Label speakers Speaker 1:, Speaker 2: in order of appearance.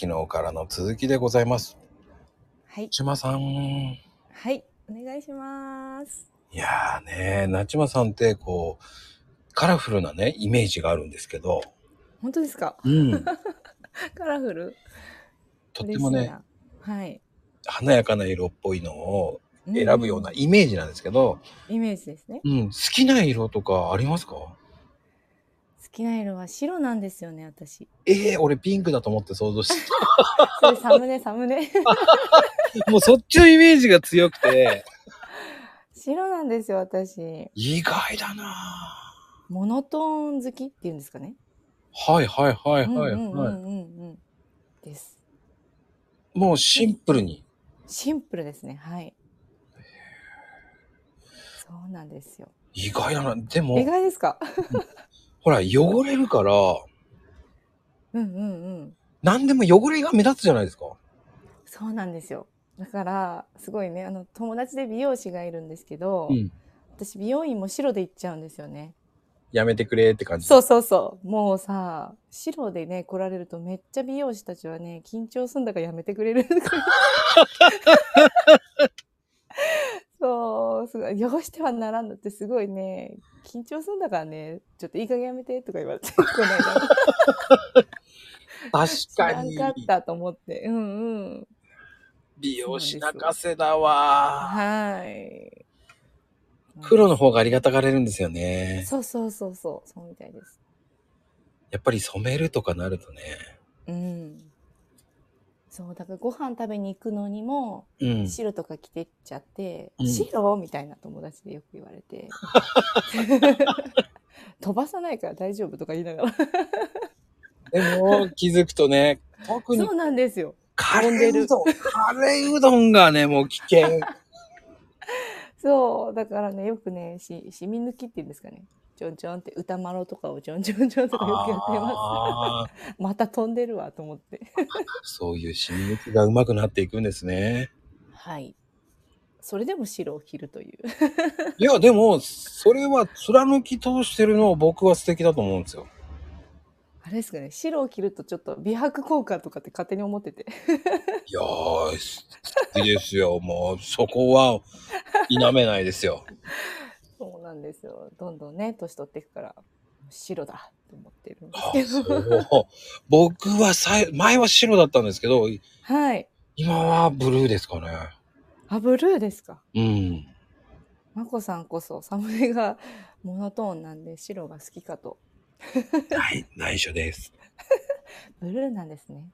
Speaker 1: 昨日からの続きでございます。
Speaker 2: はい。
Speaker 1: ちまさん。い
Speaker 2: はい。お願いします。
Speaker 1: やーね、なちまさんってこう、カラフルなね、イメージがあるんですけど、
Speaker 2: 本当ですか。
Speaker 1: うん、
Speaker 2: カラフル。
Speaker 1: とってもね、
Speaker 2: 嬉しいな。はい。
Speaker 1: 華やかな色っぽいのを
Speaker 2: ん
Speaker 1: 選ぶようなイメージなんですけど、
Speaker 2: イメージですね。
Speaker 1: うん、好きな色とかありますか
Speaker 2: 好きな色は白なんですよね、私。
Speaker 1: えー、俺ピンクだと思って想像して
Speaker 2: それサム ネサムネ。
Speaker 1: た。も うそっちのイメージが強くて、
Speaker 2: 白なんですよ、私。
Speaker 1: 意外だな
Speaker 2: モノトーン好きっていうんですかね。
Speaker 1: ぁはいはいはい
Speaker 2: うん
Speaker 1: はいはい。
Speaker 2: うんうんうんうん。です。
Speaker 1: もうシンプルに。
Speaker 2: シンプルですね。はい。そうなんですよ。
Speaker 1: 意外だな。で
Speaker 2: 意
Speaker 1: も、
Speaker 2: 外ですか。
Speaker 1: ほら、汚れるから、
Speaker 2: うんうんうん。
Speaker 1: 何でも汚れが目立つじゃないですか。
Speaker 2: そうなんですよ。だからすごいねあの友達で美容師がいるんですけど、
Speaker 1: うん。
Speaker 2: 私美容院も白で行っちゃうんですよね。
Speaker 1: やめてくれって感じ。
Speaker 2: そうそうそうもうさ白でね来られるとめっちゃ美容師たちはね緊張すんだからやめてくれるそうすごい汚してはならんのってすごいね緊張すんだからねちょっといい加減やめてとか言われてこの 間
Speaker 1: 確
Speaker 2: 知
Speaker 1: から
Speaker 2: ん
Speaker 1: に。
Speaker 2: かったと思ってうんうん
Speaker 1: 美容師泣かせだわ。
Speaker 2: はい
Speaker 1: 黒の方がありがたがれるんですよね。
Speaker 2: そうそうそうそう、そうみたいです。
Speaker 1: やっぱり染めるとかなるとね。
Speaker 2: うん。そう、だからご飯食べに行くのにも、
Speaker 1: うん。
Speaker 2: 白とか着てっちゃって、
Speaker 1: うん
Speaker 2: 白みたいな友達でよく言われ て。飛ばさないから大丈夫とか言いながら。
Speaker 1: でも気づくとね、特に
Speaker 2: そうなんですよ。
Speaker 1: カレーうどん、カレーうどんがね、もう危 険。
Speaker 2: そう、だからね、よくね、し、染み抜きっていうんですかね。ちょんちょんって歌丸とかをちょんちょんちょんとかよくやってま
Speaker 1: あー
Speaker 2: す。また飛んでるわと思って。
Speaker 1: そういう染み抜きがうまくなっていくんですね。
Speaker 2: はい。それでも白を着るという。
Speaker 1: いや、でも、それは貫き通してるのは僕は素敵だと思うんですよ。
Speaker 2: あれですかね白を着るとちょっと美白効果とかって勝手に思ってて
Speaker 1: いやー、す好きですよ。 もう、そこは、否めないですよ。
Speaker 2: そうなんですよどんどんね年取っていくから白だと思ってるんです
Speaker 1: あ
Speaker 2: け
Speaker 1: そ
Speaker 2: ど
Speaker 1: う僕はさい、前は白だったんですけど、
Speaker 2: はい
Speaker 1: 今はブルーですかね。
Speaker 2: あブルーですか
Speaker 1: うん。
Speaker 2: まこさんこそサムネがモノトーンなんで白が好きかと
Speaker 1: はい、内緒です。
Speaker 2: ブルーなんですね